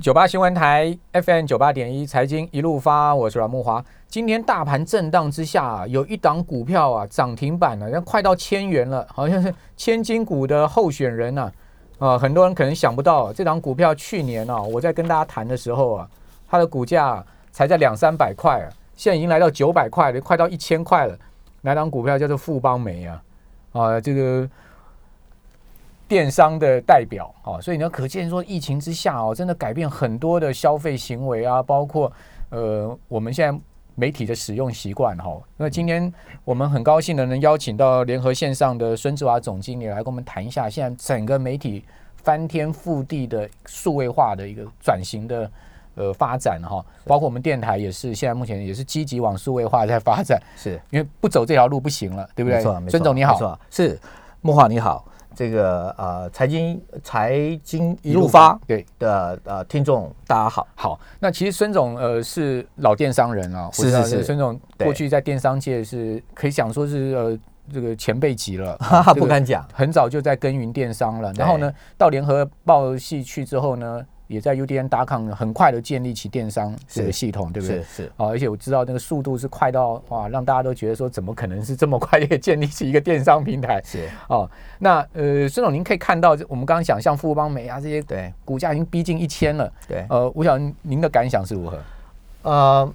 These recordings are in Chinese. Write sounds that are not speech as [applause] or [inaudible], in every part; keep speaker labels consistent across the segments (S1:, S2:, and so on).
S1: 九八新闻台 FM 九八点一财经一路发，我是阮木华。今天大盘震荡之下、啊，有一档股票啊涨停板了、啊，快到千元了，好像是千金股的候选人呐、啊。啊，很多人可能想不到，啊这档股票去年啊，我在跟大家谈的时候啊，它的股价啊才在两三百块，啊现在已经来到九百块了，快到一千块了。哪档股票叫做富邦煤啊？啊，这个。电商的代表啊，所以呢，可见说疫情之下哦，真的改变很多的消费行为啊，包括呃我们现在媒体的使用习惯哈。那今天我们很高兴的能邀请到联合线上的孙志华总经理来跟我们谈一下，现在整个媒体翻天覆地的数位化的一个转型的呃发展哈，包括我们电台也是现在目前也是积极往数位化在发展，
S2: 是
S1: 因为不走这条路不行了，对不对？
S2: 没错，没错
S1: 孙总你好，
S2: 是木华你好。这个呃，财经财经一
S1: 路
S2: 路发
S1: 对
S2: 的呃听众，大家好。
S1: 好，那其实孙总呃是老电商人啊，
S2: 是
S1: 我知道
S2: 是是
S1: 孙总
S2: 对
S1: 过去在电商界是可以讲说是呃这个前辈级
S2: [laughs]
S1: 了，啊
S2: 哈哈，
S1: 这个
S2: 不敢讲，
S1: 很早就在耕耘电商了。然后呢，到联合报系去之后呢，也在 UDN 打卡很快的建立起电商这个
S2: 是
S1: 系统，对不
S2: 是
S1: 对？
S2: 是，
S1: 啊，而且我知道那个速度是快到哇，让大家都觉得说怎么可能是这么快就建立起一个电商平台？
S2: 是，
S1: 哦，那呃，孙总您可以看到，我们刚刚讲像富邦美啊这些
S2: 对
S1: 股价已经逼近一千了。
S2: 对。
S1: 呃，我想您的感想是如何？
S2: 呃，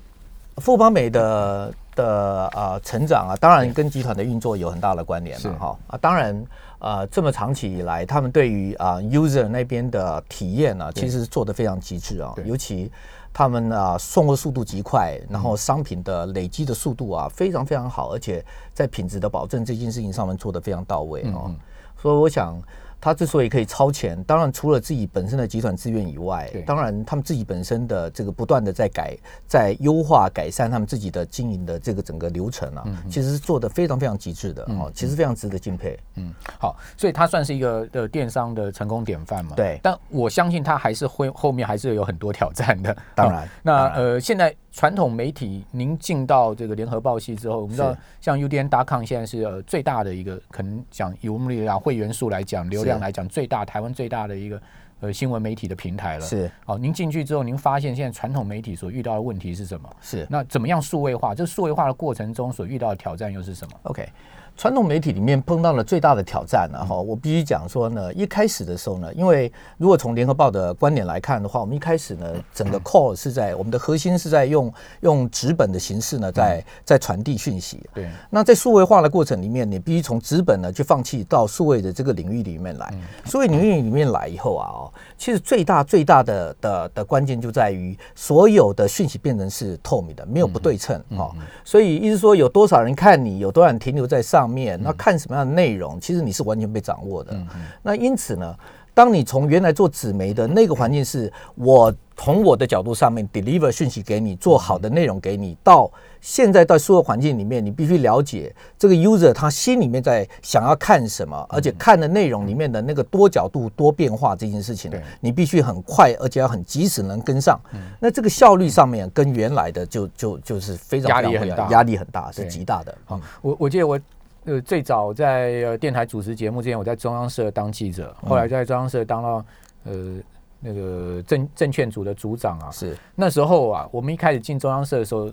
S2: 富邦美的的呃成长啊，当然跟集团的运作有很大的关联
S1: 是
S2: 了哈啊，当然呃这么长期以来，他们对于啊、user 那边的体验呢、啊其实是做得非常极致啊
S1: 对，
S2: 尤其。他们啊，送货速度极快，然后商品的累积的速度啊，非常非常好，而且在品质的保证这件事情上面做得非常到
S1: 嗯
S2: 位哦。所以我想，他之所以可以超前，当然除了自己本身的集团资源以外
S1: 对，
S2: 当然他们自己本身的这个不断的在改、在优化、改善他们自己的经营的这个整个流程啊，其实是做的非常非常极致的哦，其实非常值得敬佩。
S1: 嗯，好，所以它算是一个呃电商的成功典范嘛。
S2: 对
S1: 但我相信它还是会后面还是有很多挑战的。
S2: 当然
S1: 哦那呃，现在传统媒体您进到这个联合报系之后，我们知道像 UDN 达康现在是呃最大的一个，可能讲以我们力量会员数来讲，流量来讲，最大台湾最大的一个呃新闻媒体的平台了。。
S2: 是
S1: 好，您进去之后，您发现现在传统媒体所遇到的问题是什么？
S2: 是
S1: 那怎么样数位化？这数位化的过程中所遇到的挑战又是什么？
S2: ，OK。传统媒体里面碰到了最大的挑战啊呢，哈，我必须讲说呢，一开始的时候呢，因为如果从联合报的观点来看的话，我们一开始呢，整个 core 是在我们的核心是在用用纸本的形式呢，在在传递讯息。
S1: 对，
S2: 那在数位化的过程里面，你必须从纸本呢去放弃到数位的这个领域里面来。数位领域里面来以后啊，哦，其实最大最大的的的关键就在于所有的讯息变成是透明的，没有不对称哦。所以意思说，有多少人看你，有多少人停留在上面，那看什么样的内容，其实你是完全被掌握的。那因此呢，当你从原来做纸媒的那个环境是，我从我的角度上面 deliver 讯息给你，做好的内容给你，到现在到数位环境里面，你必须了解这个 user 他心里面在想要看什么，而且看的内容里面的那个多角度、多变化这件事情
S1: 对，嗯
S2: 你必须很快，而且要很及时能跟上。那这个效率上面跟原来的就就就是非常
S1: 压力
S2: 非常不一
S1: 很
S2: 样
S1: 大
S2: 压力很大是
S1: 对
S2: 极大的。嗯
S1: 好，我我记得我呃最早在呃电台主持节目之前，我在中央社当记者，
S2: 嗯
S1: 后来在中央社当到呃那个证证券组的组长啊。
S2: 是
S1: 那时候啊，我们一开始进中央社的时候，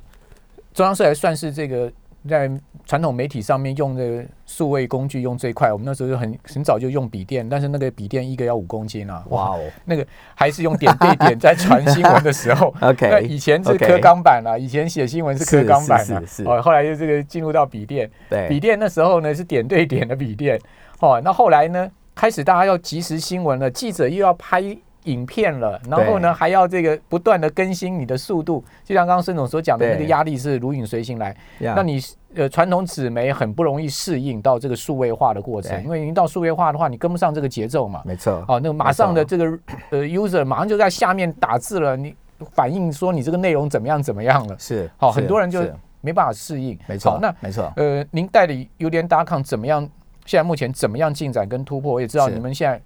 S1: 中央社还算是这个在传统媒体上面用的数位工具用最快。我们那时候就很很早就用笔电，但是那个笔电一个要五公斤啊，哇，
S2: 哇哦，
S1: 那个还是用点对点在传新闻的时候
S2: 哦 OK，
S1: 那以前是
S2: OK
S1: 刻钢板啊，以前写新闻是刻
S2: 是
S1: 钢板
S2: 是
S1: 啊，
S2: 是是
S1: 哦，后来就这个进入到笔电，笔
S2: 对，
S1: 电那时候呢是点对点的笔电，哦，那后来呢开始大家要即时新闻了，记者又要拍影片了，然后呢
S2: 对
S1: 还要这个不断的更新你的速度，就像刚刚孙总所讲的
S2: 对啊
S1: 那个压力是如影随形来。
S2: 呀
S1: 那你呃传统纸媒很不容易适应到这个数位化的过程，
S2: 对
S1: 因为您到数位化的话，你跟不上这个节奏嘛。
S2: 啊没错，
S1: 哦，那个马上的
S2: 没
S1: 这个呃 user 马上就在下面打字了，你反映说你这个内容怎么样怎么样了，
S2: 是
S1: 好，
S2: 是啊
S1: 很多人就是没办法适应。
S2: 没错啊
S1: 好，那
S2: 没错。
S1: 呃，您代理 u d n d c o m 怎么样？现在目前怎么样进展跟突破？我也知道
S2: 是啊
S1: 你们现在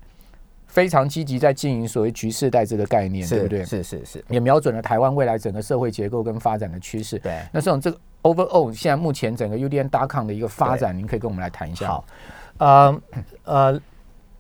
S1: 非常积极在经营所谓“局世代”这个概念，对
S2: 是
S1: 不对？
S2: 是是是，
S1: 也瞄准了台湾未来整个社会结构跟发展的趋势。
S2: 对。
S1: 那这种这个 overall 现在目前整个 UDN d c o m 的一个发展，您可以跟我们来谈一下。
S2: 好，呃呃，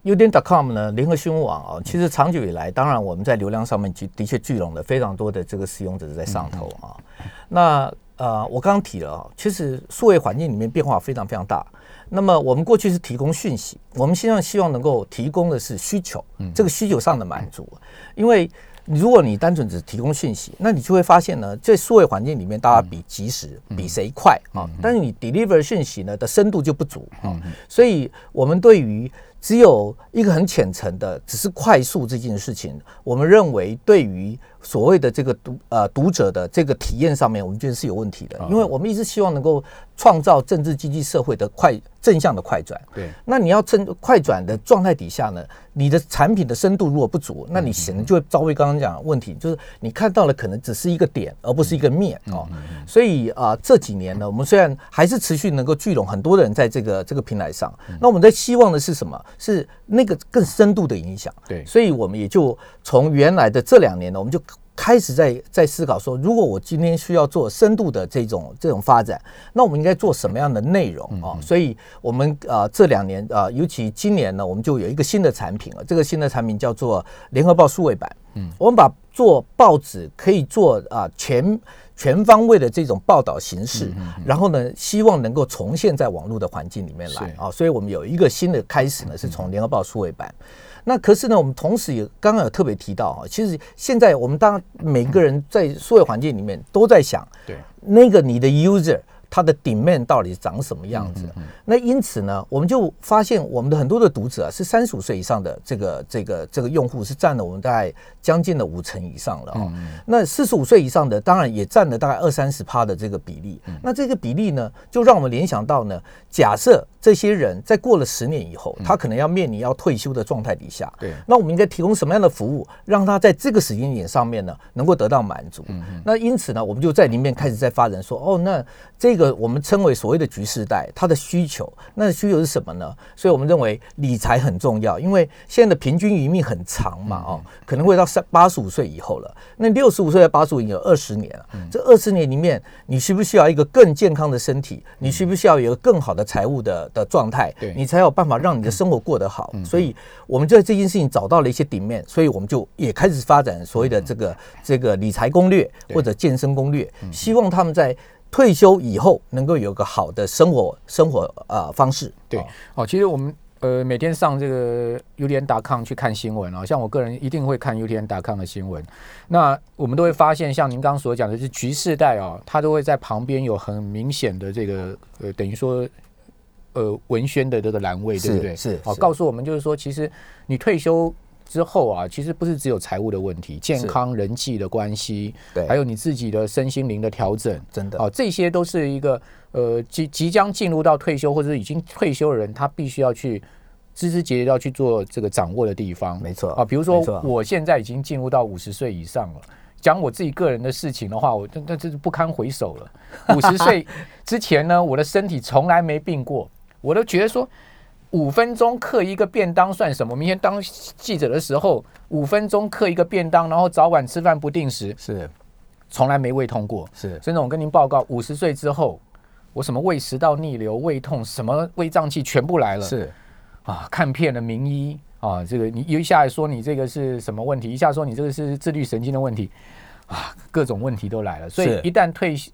S2: 优点 .com 呢，联合新闻网啊，其实长久以来，当然我们在流量上面的的确聚拢了非常多的这个使用者在上头
S1: 嗯
S2: 啊。那呃，我刚刚提了啊，其实数位环境里面变化非常非常大。那么我们过去是提供讯息，我们希望希望能够提供的是需求，这个需求上的满足。因为如果你单纯只提供讯息，那你就会发现呢，在数位环境里面，大家比及时，比谁快啊，但是你 deliver 讯息呢的深度就不足啊。所以我们对于只有一个很浅层的，只是快速这件事情，我们认为对于所谓的这个读呃读者的这个体验上面，我们觉得是有问题的，因为我们一直希望能够创造政治经济社会的快正向的快转。
S1: 对，
S2: 那你要正快转的状态底下呢，你的产品的深度如果不足，
S1: 嗯
S2: 那你显然就会遭遇刚刚讲的问题，就是你看到了可能只是一个点，而
S1: 嗯
S2: 不是一个面哦。所以啊、这几年呢，我们虽然还是持续能够聚拢很多人在这个这个平台上，
S1: 嗯
S2: 那我们在希望的是什么？是那个更深度的影响。
S1: 对
S2: 所以我们也就从原来的这两年呢，我们就开始在在思考说，如果我今天需要做深度的这种这种发展，那我们应该做什么样的内容啊、所以我们呃这两年啊、呃尤其今年呢，我们就有一个新的产品了。这个新的产品叫做《联合报数位版》。嗯，我们把做报纸可以做啊、全全方位的这种报道形式，然后呢，希望能够重现在网络的环境里面来
S1: 是
S2: 啊、所以我们有一个新的开始呢，是从《联合报数位版》那可是呢，我们同时也刚刚有特别提到啊，其实现在我们当每个人在数位环境里面都在想，
S1: 对，
S2: 那个你的 user 他的 demand 到底长什么样子？那因此呢，我们就发现我们的很多的读者啊，是三十五岁以上的这个这个这个用户是占了我们大概将近的五成以上了哦。那四十五岁以上的当然也占了大概二三十趴的这个比例。那这个比例呢，就让我们联想到呢，假设这些人在过了十年以后，他可能要面临要退休的状态底下，
S1: 对
S2: 那我们应该提供什么样的服务，让他在这个时间点上面呢，能够得到满足？那因此呢，我们就在里面开始在发展说，哦，那这个我们称为所谓的局势带，它的需求，那需求是什么呢？所以我们认为理财很重要，因为现在的平均余命很长嘛，哦，可能会到三八十五岁以后了。那六十五岁到八十五有二十年了，这二十年里面，你需不需要一个更健康的身体？你需不需要有一个更好的财务的的状态？
S1: 嗯对嗯
S2: 你才有办法让你的生活过得好。所以我们在这件事情找到了一些顶面，所以我们就也开始发展所谓的这
S1: 嗯
S2: 个、这个理财攻略或者健身攻略，希望他们在退休以后能够有个好的生活生活呃方式。
S1: 对
S2: 哦，
S1: 哦，其实我们呃每天上这个 u t n .com 去看新闻啊、像我个人一定会看 u t n .com 的新闻。那我们都会发现，像您刚刚所讲的，是局势带哦，它都会在旁边有很明显的这个呃，等于说。呃，文宣的这个栏位，对不
S2: 是
S1: 对？
S2: 是
S1: 哦，
S2: 是
S1: 告诉我们就是说，其实你退休之后啊，其实不是只有财务的问题，健
S2: 是
S1: 康、人际的关系，
S2: 对
S1: 还有你自己的身心灵的调整，
S2: 真的
S1: 哦，这些都是一个呃即即将进入到退休或者是已经退休的人，他必须要去枝枝节节地要去做这个掌握的地方。
S2: 没错
S1: 啊，比如说
S2: 没错
S1: 我现在已经进入到五十岁以上了。讲我自己个人的事情的话，我那那这是不堪回首了。五十岁 [laughs] 之前呢，我的身体从来没病过，我都觉得说五分钟刻一个便当算什么？明天当记者的时候，五分钟刻一个便当，然后早晚吃饭不定时，
S2: 是
S1: 从来没胃痛过。
S2: 是
S1: 孙总，我跟您报告，五十岁之后，我什么胃食道逆流、胃痛、什么胃胀气全部来了。
S2: 是
S1: 啊，看遍了名医啊，这个你一下说你这个是什么问题，一下说你这个是自律神经的问题，啊，各种问题都来了。所以
S2: 是
S1: 一旦退休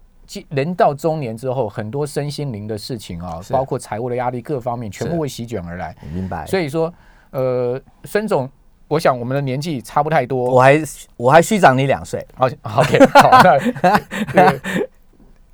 S1: 人到中年之后，很多身心灵的事情啊，
S2: 是
S1: 包括财务的压力各方面，全部
S2: 是
S1: 会席卷而来。
S2: 明白。
S1: 所以说，呃，孙总，我想我们的年纪差不太多，
S2: 我还我还虚长你两岁，
S1: 好，OK，好，哦 [laughs] 那呃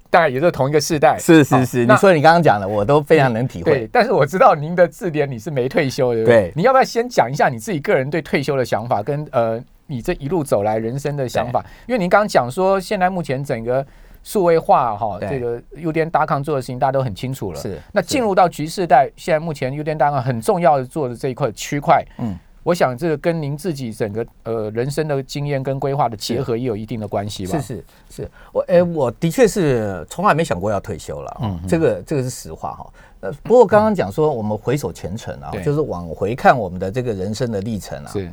S1: 大概也是同一个世代，
S2: 是
S1: 好
S2: 是是，
S1: 那
S2: 你说你刚刚讲的，我都非常能体
S1: 对
S2: 会。，
S1: 但是我知道您的字典你是没退休的，不
S2: 对
S1: 你要不要先讲一下你自己个人对退休的想法，跟呃你这一路走来人生的想法？因为您刚刚讲说，现在目前整个数位化哈，
S2: 对
S1: 这个 U 点大康做的事情大家都很清楚了。
S2: 是
S1: 那进入到局势带，现在目前 U 点大康很重要的做的这一块区块，
S2: 嗯。
S1: 我想这个跟您自己整个呃人生的经验跟规划的结合也有一定的关系吧？
S2: 是是是，我哎、我的确是从来没想过要退休了，嗯，这个这个是实话哈。呃，不过刚刚讲说我们回首前程啊
S1: 对，
S2: 就是往回看我们的这个人生的历程啊，
S1: 是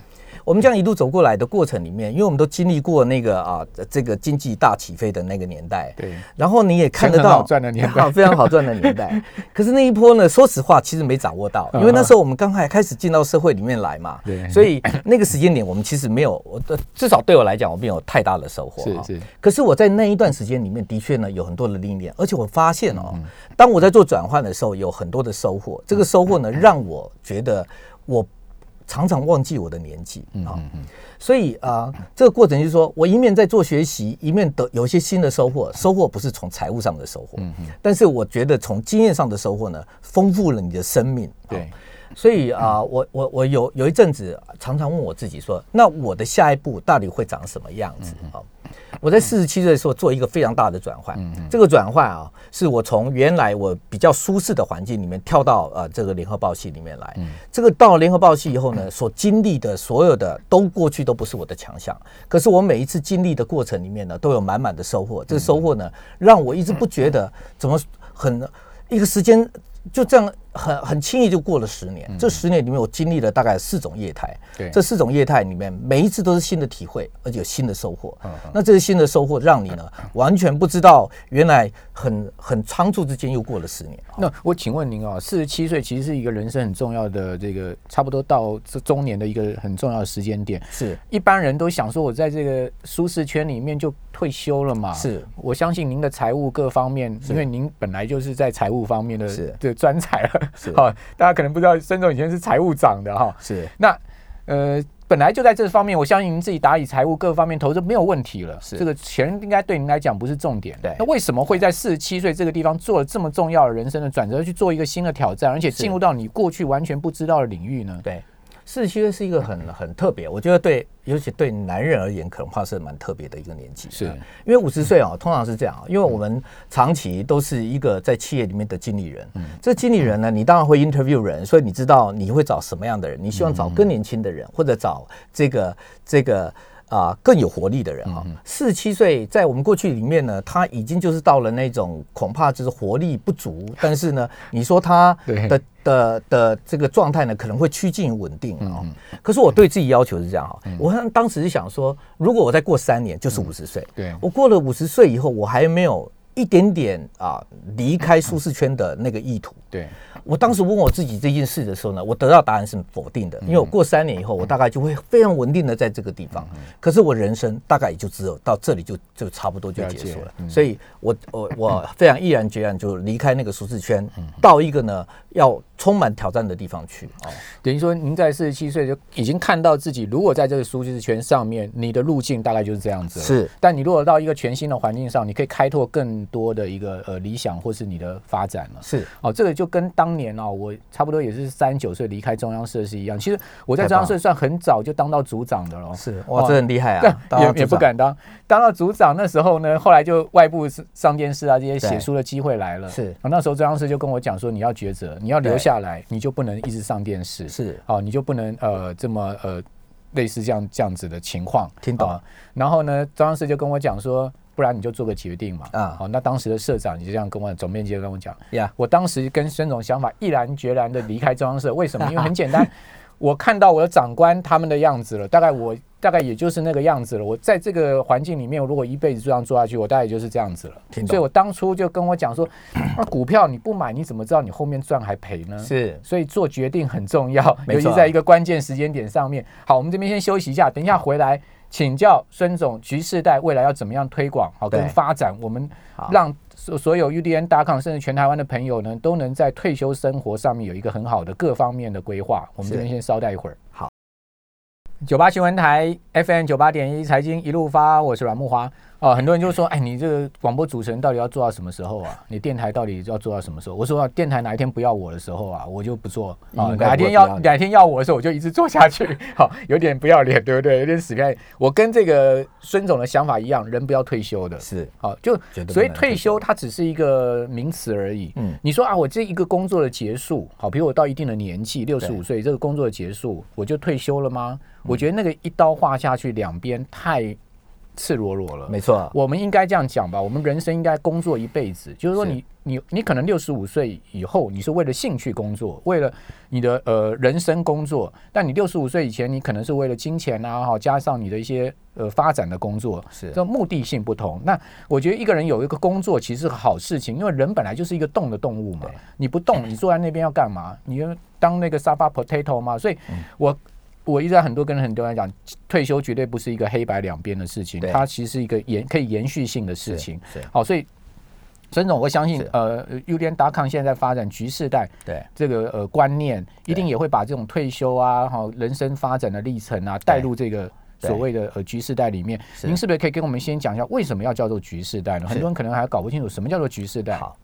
S2: 我们这样一路走过来的过程里面，因为我们都经历过那个啊，这个经济大起飞的那个年代，
S1: 对，
S2: 然后你也看得
S1: 钱很
S2: 到
S1: 好赚的年代
S2: [laughs] 非常好赚的年代。可是那一波呢，说实话，其实没掌握到，因为那时候我们刚还开始进到社会里面来嘛，
S1: 啊对
S2: 所以那个时间点我们其实没有，我呃至少对我来讲，我没有太大的收获。
S1: 是
S2: 啊
S1: 是
S2: 可是我在那一段时间里面，的确呢有很多的历练，而且我发现哦，
S1: 嗯
S2: 当我在做转换的时候，有很多的收获。这个收获
S1: 嗯
S2: 呢，让我觉得我常常忘记我的年纪
S1: 嗯
S2: 啊。所以啊、这个过程就是说我一面在做学习，一面得有一些新的收获。收获不是从财务上的收获，但是我觉得从经验上的收获呢，丰富了你的生命。啊
S1: 对，
S2: 所以啊、我我我有有一阵子常常问我自己说，那我的下一步到底会长什么样子？啊、我在四十七岁的时候做一个非常大的转换，这个转换啊，是我从原来我比较舒适的环境里面跳到呃这个联合报系里面来。这个到联合报系以后呢，所经历的所有的都过去都不是我的强项，可是我每一次经历的过程里面呢，都有满满的收获。这个收获呢，让我一直不觉得怎么很一个时间就这样很很轻易就过了十年。这十年里面，我经历了大概四种业态。
S1: 对
S2: 这四种业态里面，每一次都是新的体会，而且有新的收获。那这些新的收获，让你呢完全不知道，原来很很仓促之间又过了十年。
S1: 那我请问您啊，四十七岁其实是一个人生很重要的这个，差不多到这中年的一个很重要的时间点。
S2: 是
S1: 一般人都想说，我在这个舒适圈里面就退休了嘛。
S2: 是
S1: 我相信您的财务各方面，因为您本来就是在财务方面的
S2: 是
S1: 这专才了。
S2: 是
S1: [laughs] 好，大家可能不知道，孙总以前是财务长的哈。
S2: 是
S1: 那呃，本来就在这方面，我相信您自己打理财务各方面投资没有问题了。
S2: 是
S1: 这个钱应该对您来讲不是重点。
S2: 对
S1: 那为什么会在四十七岁这个地方做了这么重要的人生的转折，去做一个新的挑战，而且进入到你过去完全不知道的领域呢？
S2: 对。四十七岁是一个很
S1: [laughs]
S2: 很特别，我觉得对，尤其对男人而言，可能怕是蛮特别的一个年纪。啊
S1: 是嗯
S2: 因为五十岁啊，通常是这样啊，因为我们长期都是一个在企业里面的经理
S1: 嗯
S2: 人。这经理人呢，你当然会 interview 人，所以你知道你会找什么样的人，你希望找更年轻的
S1: 嗯
S2: 人，或者找这个这个。啊、更有活力的人啊、
S1: 嗯
S2: 四十七岁，在我们过去里面呢，他已经就是到了那种恐怕就是活力不足，但是呢，你说他
S1: [laughs] 对
S2: 的呃的的这个状态呢，可能会趋近于稳定啊、可是我对自己要求是这样哈、我我当时是想说，如果我再过三年，就是五十岁。
S1: 对
S2: 我过了五十岁以后，我还没有一点点啊离开舒适圈的那个意图。
S1: 对，
S2: 我当时问我自己这件事的时候呢，我得到答案是否定
S1: 嗯
S2: 的，因为我过三年以后，我大概就会非常稳定的在这个地
S1: 嗯
S2: 方。可是我人生大概也就只有到这里就就差不多就结束
S1: 了嗯
S2: 了，所以我我我非常毅然决然就离开那个舒适圈，
S1: 嗯
S2: 到一个呢要充满挑战的地方去。哦，
S1: 等于说您在四十七岁就已经看到自己，如果在这个舒适圈上面，你的路径大概就是这样子了。
S2: 是，
S1: 但你如果到一个全新的环境上，你可以开拓更多的一个呃理想或是你的发展了。
S2: 是
S1: 哦，这个就跟当年哦，我差不多也是三十九岁离开中央社是一样。其实我在
S2: 太
S1: 中
S2: 棒
S1: 央社算很早就当到组长的了。
S2: 是，
S1: 哦
S2: 哇，这很厉害
S1: 但
S2: 啊！当
S1: [laughs] 也
S2: 然
S1: 也
S2: 组
S1: 不
S2: 长
S1: 敢当，当到组长那时候呢，后来就外部上电视啊这些写
S2: 对
S1: 书的机会来了。
S2: 是
S1: 哦那时候中央社就跟我讲说，你要抉择，你要留
S2: 对
S1: 下来，你就不能一直上电视。
S2: 是
S1: 哦，你就不能呃这么呃类似这样这样子的情况，
S2: 听懂
S1: 啊然后呢，张老师就跟我讲说，不然你就做个决定嘛。
S2: 啊
S1: 好、那当时的社长也就这样跟我，总编辑就跟我讲，
S2: 呀，
S1: 我当时跟孙总想法毅然决然的离开中央社，为什么？因为很简
S2: [laughs]
S1: 单，我看到我的长官他们的样子了，大概我大概也就是那个样子了。我在这个环境里面，如果一辈子这样做下去，我大概也就是这样子了。
S2: 听懂
S1: 所以我当初就跟我讲说， [clears throat] 那股票你不买，你怎么知道你后面赚还赔呢？
S2: 是
S1: 所以做决定很重要，
S2: 没
S1: 尤
S2: 错
S1: 其在一个关键时间点上面。好，我们这边先休息一下，等一下回来请教孙总，局世代未来要怎么样推广好
S2: 对
S1: 跟发展，我们
S2: 好
S1: 让所所有 UDN 大抗甚至全台湾的朋友呢，都能在退休生活上面有一个很好的各方面的规划。我们这边先稍待一会儿。
S2: 好，
S1: 九八新闻台 FM 九八点一财经一路发，我是阮木华。哦，很多人就说，哎，你这个广播主持人到底要做到什么时候啊？你电台到底要做到什么时候？我说、啊电台哪一天不要我的时候啊，我就不做啊、
S2: 应
S1: 哪
S2: 该不会
S1: 天
S2: 不
S1: 要
S2: 要你
S1: 哪天要我的时候，我就一直做下去。好，有点不要脸，对不对？有点死皮赖脸。我跟这个孙总的想法一样，人不要退休的。
S2: 是
S1: 好，就
S2: 绝对不
S1: 所以
S2: 能
S1: 退
S2: 退
S1: 休它只是一个名词而已。
S2: 嗯
S1: 你说啊，我这一个工作的结束，好，比如我到一定的年纪，六十五岁，这个工作
S2: 嗯
S1: 的结束，我就退休了吗？我觉得那个一刀划下去，两边太赤裸裸了。
S2: 没错，
S1: 我们应该这样讲吧，我们人生应该工作一辈子，就是说
S2: 是
S1: 你你你可能六十五岁以后，你是为了兴趣工作，为了你的呃人生工作，但你六十五岁以前，你可能是为了金钱啊，哈，加上你的一些呃发展的工作，
S2: 是
S1: 这目的性不同。那我觉得一个人有一个工作其实是个好事情，因为人本来就是一个动的动物嘛
S2: 对，
S1: 你不动，你坐在那边要干嘛？你要当那个沙发 potato 嘛？所以
S2: 嗯
S1: 我，我一直在很多跟很多人讲，退休绝对不是一个黑白两边的事情，
S2: 对
S1: 它其实是一个延可以延续性的事情。
S2: 是
S1: 好，所以。沈总，我相信
S2: 是，
S1: 呃，U 联达康现在发展局世代
S2: 对
S1: 这个呃观念，一定也会把这种退休啊、哈人生发展的历程啊，带入这个
S2: 对
S1: 所谓的呃局世代里面。
S2: 是
S1: 您是不是可以跟我们先讲一下，为什么要叫做局世代呢？很多人可能还搞不清楚什么叫做局世代。
S2: 好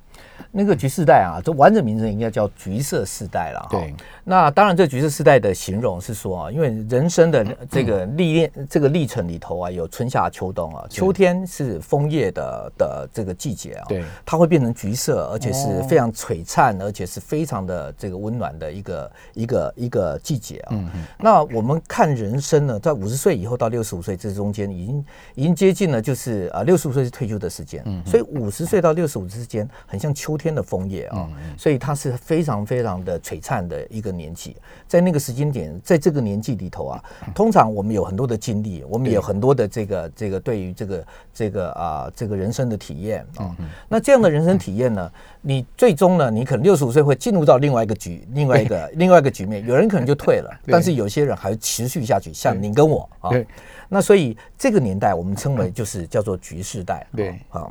S2: 那个橘世代啊，这完整名称应该叫橘色世代了哈。
S1: 对，
S2: 那当然这橘色世代的形容是说啊，因为人生的这个历练、这个历程里头啊，有春夏秋冬啊，秋天是枫叶的的这个季节啊，
S1: 对，
S2: 它会变成橘色，而且是
S1: 哦
S2: 非常璀璨，而且是非常的这个温暖的一个一个一个季节啊。
S1: 嗯嗯
S2: 那我们看人生呢，在五十岁以后到六十五岁这中间，已经已经接近了，就是啊，六十五岁是退休的时间，
S1: 嗯
S2: 所以五十岁到六十五之间，很像秋天的枫叶啊、
S1: 嗯
S2: 所以它是非常非常的璀璨的一个年纪。在那个时间点，在这个年纪里头啊，通常我们有很多的经历，我们也有很多的这个这个对于这个这个啊这个人生的体验
S1: 嗯
S2: 啊、那这样的人生体验呢，你最终呢，你可能六十五岁会进入到另外一个局，另外一个另外一个局面，有人可能就退了，
S1: 对
S2: 但是有些人还会持续下去，像您跟我啊
S1: 对。
S2: 那所以这个年代我们称为就是叫做局世代，
S1: 对
S2: 啊，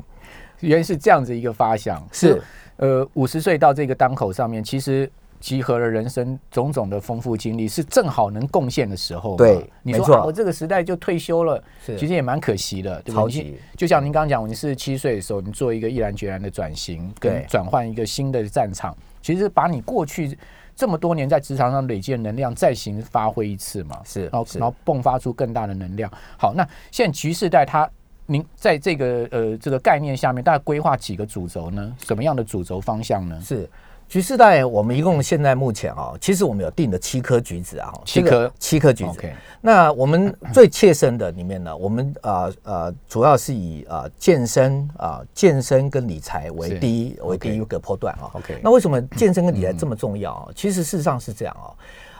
S1: 原来是这样子一个发想，
S2: 是
S1: 就呃五十岁到这个当口上面，其实集合了人生种种的丰富经历，是正好能贡献的时候嘛。
S2: 对
S1: 你
S2: 没
S1: 说
S2: 错
S1: 啊，我这个时代就退休了，
S2: 是
S1: 其实也蛮可惜的，对不对
S2: 超级
S1: 你就像您刚刚讲，你是七岁的时候，你做一个毅然决然的转型，跟
S2: 对
S1: 转换一个新的战场，其实把你过去。这么多年在职场上累积的能量，再行发挥一次嘛，哦
S2: 是
S1: 然后
S2: 是
S1: 然后迸发出更大的能量。好，那现在局势带它，您在这个呃这个概念下面，大概规划几个主轴呢？什么样的主轴方向呢？
S2: 是。橘世代，我们一共现在目前哦，其实我们有定了七颗橘子啊，
S1: 七
S2: 这个
S1: 颗
S2: 七颗橘子。
S1: OK
S2: 那我们最切身的里面呢，我们呃呃，主要是以呃健身啊、健身跟理财为
S1: 是
S2: 第一为
S1: OK
S2: 第一个波段啊。
S1: OK
S2: 那为什么健身跟理财这么重要啊？其实事实上是这样哦。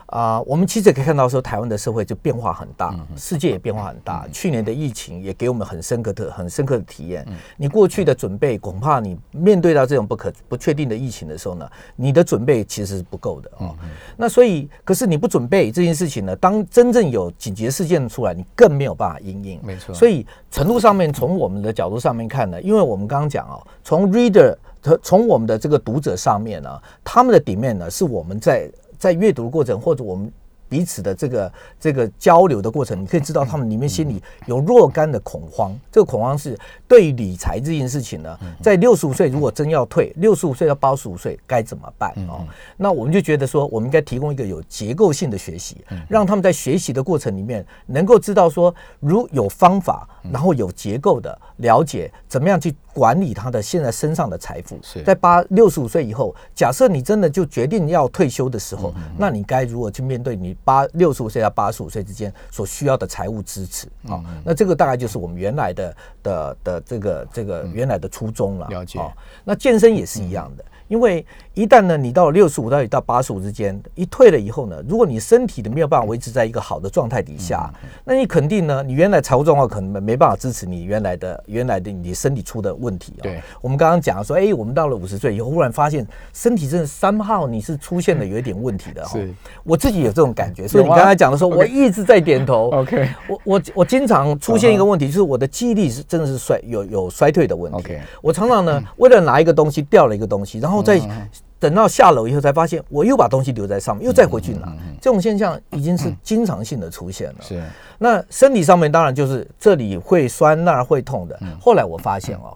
S2: 啊、我们其实也可以看到说，台湾的社会就变化很大，世界也变化很大。去年的疫情也给我们很深刻的、很深刻的体验。你过去的准备，恐怕你面对到这种不可不确定的疫情的时候呢，你的准备其实是不够的哦。那所以，可是你不准备这件事情呢，当真正有紧急事件出来，你更没有办法应应。
S1: 没错
S2: 所以程度上面，从我们的角度上面看呢，因为我们刚刚讲哦，从 reader 和从我们的这个读者上面呢，他们的底面呢，是我们在在阅读的过程或者我们。彼此的这个这个交流的过程，你可以知道他们里面心里有若干的恐慌。这个恐慌是对于理财这件事情呢，
S1: 嗯
S2: 在六十五岁如果真要退，六十五岁到八十五岁该怎么办
S1: 嗯
S2: 哦？那我们就觉得说，我们应该提供一个有结构性的学习，
S1: 嗯
S2: 让他们在学习的过程里面能够知道说，如有方法，
S1: 嗯
S2: 然后有结构的了解怎么样去管理他的现在身上的财富
S1: 是。
S2: 在八六十五岁以后，假设你真的就决定要退休的时
S1: 嗯
S2: 候，那你该如何去面对你八六十五岁到八十五岁之间所需要的财务支持
S1: 嗯
S2: 啊、哦那这个大概就是我们原来的的的这个这个原来的初衷了。
S1: 嗯了解
S2: 哦那健身也是一样的，因为一旦呢，你到六十五到到八十五之间，一退了以后呢，如果你身体的没有办法维持在一个好的状态底下，
S1: 嗯
S2: 那你肯定呢，你原来财务状况可能没办法支持你原来的原来的你身体出的问题、哦。
S1: 对，
S2: 我们刚刚讲说，哎，我们到了五十岁以后，忽然发现身体真的三号你是出现了有一点问题的、哦。
S1: 嗯是，
S2: 我自己有这种感觉，所以你
S1: 有吗啊
S2: 刚才讲的时候，我
S1: OK
S2: 一直在点
S1: [laughs]
S2: 头。
S1: OK
S2: [laughs] 我我我经常出现一
S1: 嗯
S2: 个问题，就是我的记忆力是真的是衰有有衰退的问题。
S1: OK 嗯
S2: 我常常呢，为了拿一个东西掉了一个东西，然后再等到下楼以后才发现，我又把东西留在上面，又再回去
S1: 嗯
S2: 拿。这种现象已经是经常性的出现了。
S1: 是
S2: 那身体上面当然就是这里会酸，那儿会痛的。
S1: 嗯
S2: 后来我发现哦，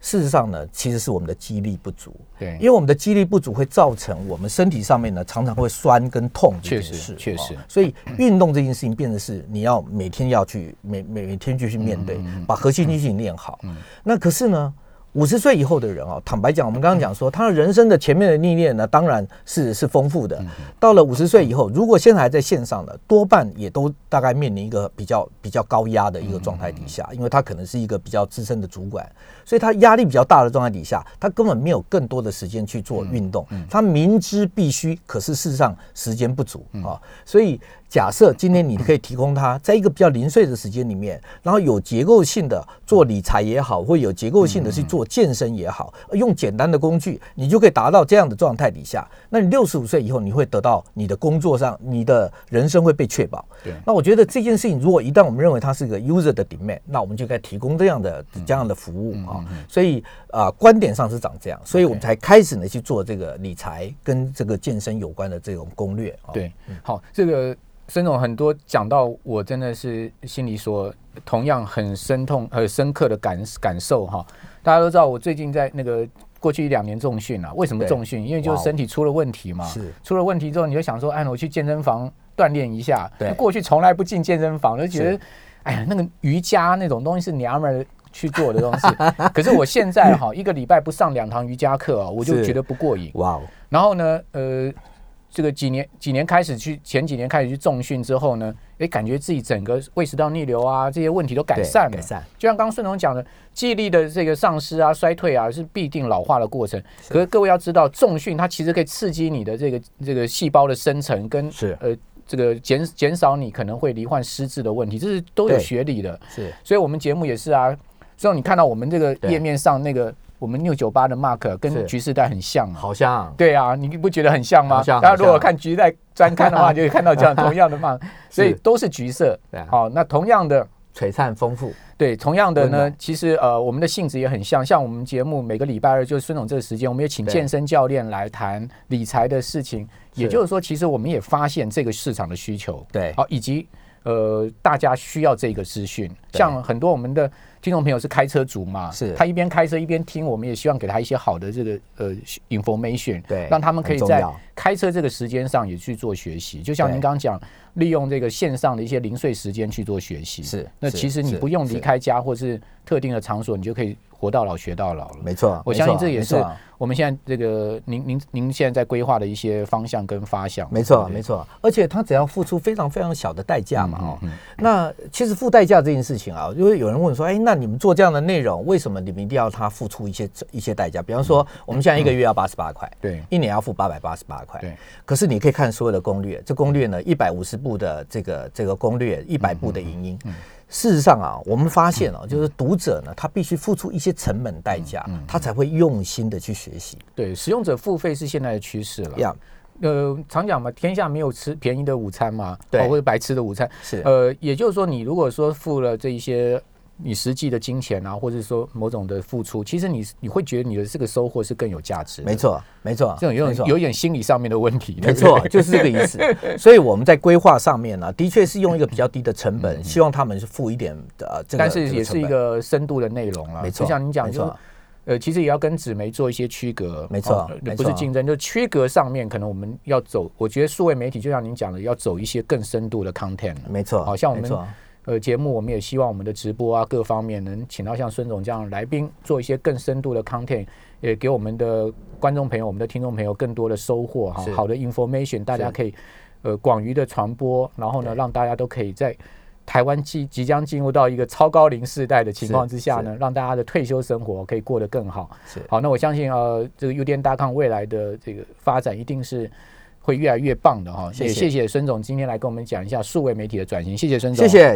S2: 事实上呢，其实是我们的肌力不足。
S1: 对
S2: 因为我们的肌力不足会造成我们身体上面呢常常会酸跟痛这件
S1: 确实
S2: 事哦
S1: 确实
S2: 所以运动这件事情变得是你要每天要去每每每天就去面对，把核心肌群练好。那可是呢，五十岁以后的人啊，坦白讲，我们刚刚讲说，他的人生的前面的历练呢，当然是是丰富的。到了五十岁以后，如果现在还在线上的，多半也都大概面临一个比较比较高压的一个状态底下，因为他可能是一个比较资深的主管，所以他压力比较大的状态底下，他根本没有更多的时间去做运动。他明知必须，可是事实上时间不足啊，所以。假设今天你可以提供他在一个比较零碎的时间里面，然后有结构性的做理财也好，或有结构性的去做健身也好，用简单的工具，你就可以达到这样的状态底下。那你六十五岁以后，你会得到你的工作上，你的人生会被确保。
S1: 对
S2: 那我觉得这件事情，如果一旦我们认为它是一个 user 的 demand，那我们就该提供这样的这样的服务啊。所以啊、呃观点上是长这样，所以我们才开始呢去做这个理财跟这个健身有关的这种攻略啊。
S1: 对，好，这个孙总很多讲到，我真的是心里所同样很深痛、很深刻的感感受哈。大家都知道，我最近在那个过去一两年重训啊，为什么
S2: 对
S1: 重训？因为就
S2: 哇
S1: 是
S2: 哦
S1: 身体出了问题嘛。
S2: 是
S1: 出了问题之后，你就想说，哎，我去健身房锻炼一下。
S2: 对
S1: 那过去从来不进健身房，就觉
S2: 是
S1: 得，哎呀，那个瑜伽那种东西是娘们儿。去做的东
S2: [laughs]
S1: 西，可是我现在哈、一个礼拜不上两堂瑜伽课、哦，我就是觉得不过瘾。
S2: 哇哦，
S1: 然后呢，呃，这个几年几年开始去前几年开始去重训之后呢，诶，感觉自己整个胃食道逆流啊这些问题都改
S2: 对
S1: 善了。
S2: 改善。
S1: 就像刚刚顺总讲的，记忆力的这个丧失啊、衰退啊，是必定老化的过程。可是各位要知道，重训它其实可以刺激你的这个这个细胞的生成跟
S2: 是
S1: 呃这个减减少你可能会罹患失智的问题，这是都有
S2: 对
S1: 学理的。
S2: 是
S1: 所以我们节目也是啊，所以你看到我们这个
S2: 对
S1: 页面上那个我们六九八的 mark
S2: 是
S1: 跟局势带很像啊。
S2: 好像
S1: 对啊，你不觉得很像吗
S2: 好？像
S1: 大家
S2: 好像
S1: 如果看橘在专刊
S2: [laughs]
S1: 的话，就会看到这样同样的嘛，所以都是橘色
S2: 对啊。
S1: 好、那同样的，
S2: 璀璨丰富，
S1: 对，同样的
S2: 温
S1: 呢，其实呃，我们的性质也很像。像我们节目每个礼拜二，就是孙总这个时间，我们也请
S2: 对
S1: 健身教练来谈理财的事情。也
S2: 是
S1: 就是说，其实我们也发现这个市场的需求，
S2: 对
S1: 好、以及呃，大家需要这个资讯。
S2: 对
S1: 像很多我们的听众朋友是开车族嘛，
S2: 是
S1: 他一边开车一边听，我们也希望给他一些好的这个呃 information，
S2: 对
S1: 让他们可以
S2: 很重
S1: 在
S2: 要
S1: 开车这个时间上也去做学习。就像
S2: 对
S1: 您刚刚讲，利用这个线上的一些零碎时间去做学习。
S2: 是
S1: 那
S2: 是
S1: 其实你
S2: 是
S1: 不用离
S2: 是
S1: 开家或是特定的场所，你就可以活到老学到老了。
S2: 没错，
S1: 我相信
S2: 没错
S1: 这也
S2: 没
S1: 是
S2: 错
S1: 我们现在这个您您您现在在规划的一些方向跟发想。
S2: 没
S1: 对
S2: 错，
S1: 不对
S2: 没错，而且他只要付出非常非常小的代价嘛，哦，
S1: 嗯嗯
S2: 那其实付代价这件事情啊，因为有人问说，哎，那你们做这样的内容，为什么你们一定要他付出一些一些代价？比方
S1: 嗯
S2: 说，我们现在一个月要八十八块，
S1: 对
S2: 一年要付八百八十八块，
S1: 对。嗯
S2: 可是你可以看所有的攻略，这攻略呢，一百五十步的这个这个攻略，一百步的影音。事实上啊，我们发现
S1: 嗯
S2: 啊，就是读者呢，他必须付出一些成本代价，他才会用心的去学习。
S1: 对，使用者付费是现在的趋势了。
S2: 呀，
S1: 呃，常讲嘛，天下没有吃便宜的午餐嘛，
S2: 对
S1: 哦或者白吃的午餐。
S2: 是
S1: 呃，也就是说，你如果说付了这一些你实际的金钱啊，或者说某种的付出，其实你你会觉得你的这个收获是更有价值。
S2: 没，错，没错，
S1: 这种有
S2: 没错
S1: 点有点心理上面的问题。对
S2: 没
S1: 不对 [laughs]
S2: 错，就是这个意思。所以我们在规划上面呢、的确是用一个比较低的成本，希望他们是付一点呃，这
S1: 嗯
S2: 个
S1: 但是也
S2: 这
S1: 是一
S2: 成本
S1: 个深度的内容了。
S2: 没错
S1: 就像你讲，
S2: 没
S1: 就
S2: 错
S1: 是呃，其实也要跟纸媒做一些区隔。
S2: 没错
S1: 哦
S2: 没
S1: 不是
S2: 错
S1: 竞争，就区隔上面，可能我们要走。我觉得数位媒体就像您讲的，要走一些更深度的 content 了。
S2: 没错，
S1: 好像我
S2: 没
S1: 们
S2: 错
S1: 呃节目，我们也希望我们的直播啊各方面能请到像孙总这样的来宾，做一些更深度的 content，也给我们的观众朋友、我们的听众朋友更多的收获哈
S2: 是，
S1: 好的 information，大家
S2: 是
S1: 可以呃广于的传播，然后呢，让大家都可以在。台湾即即将进入到一个超高龄世代的情况之下呢，让大家的退休生活可以过得更好。
S2: 是
S1: 好，那我相信呃，这个 U 电大康未来的这个发展一定是会越来越棒的哈。
S2: 谢
S1: 也
S2: 谢
S1: 谢谢孙总今天来跟我们讲一下数位媒体的转型，谢谢孙总，
S2: 谢谢。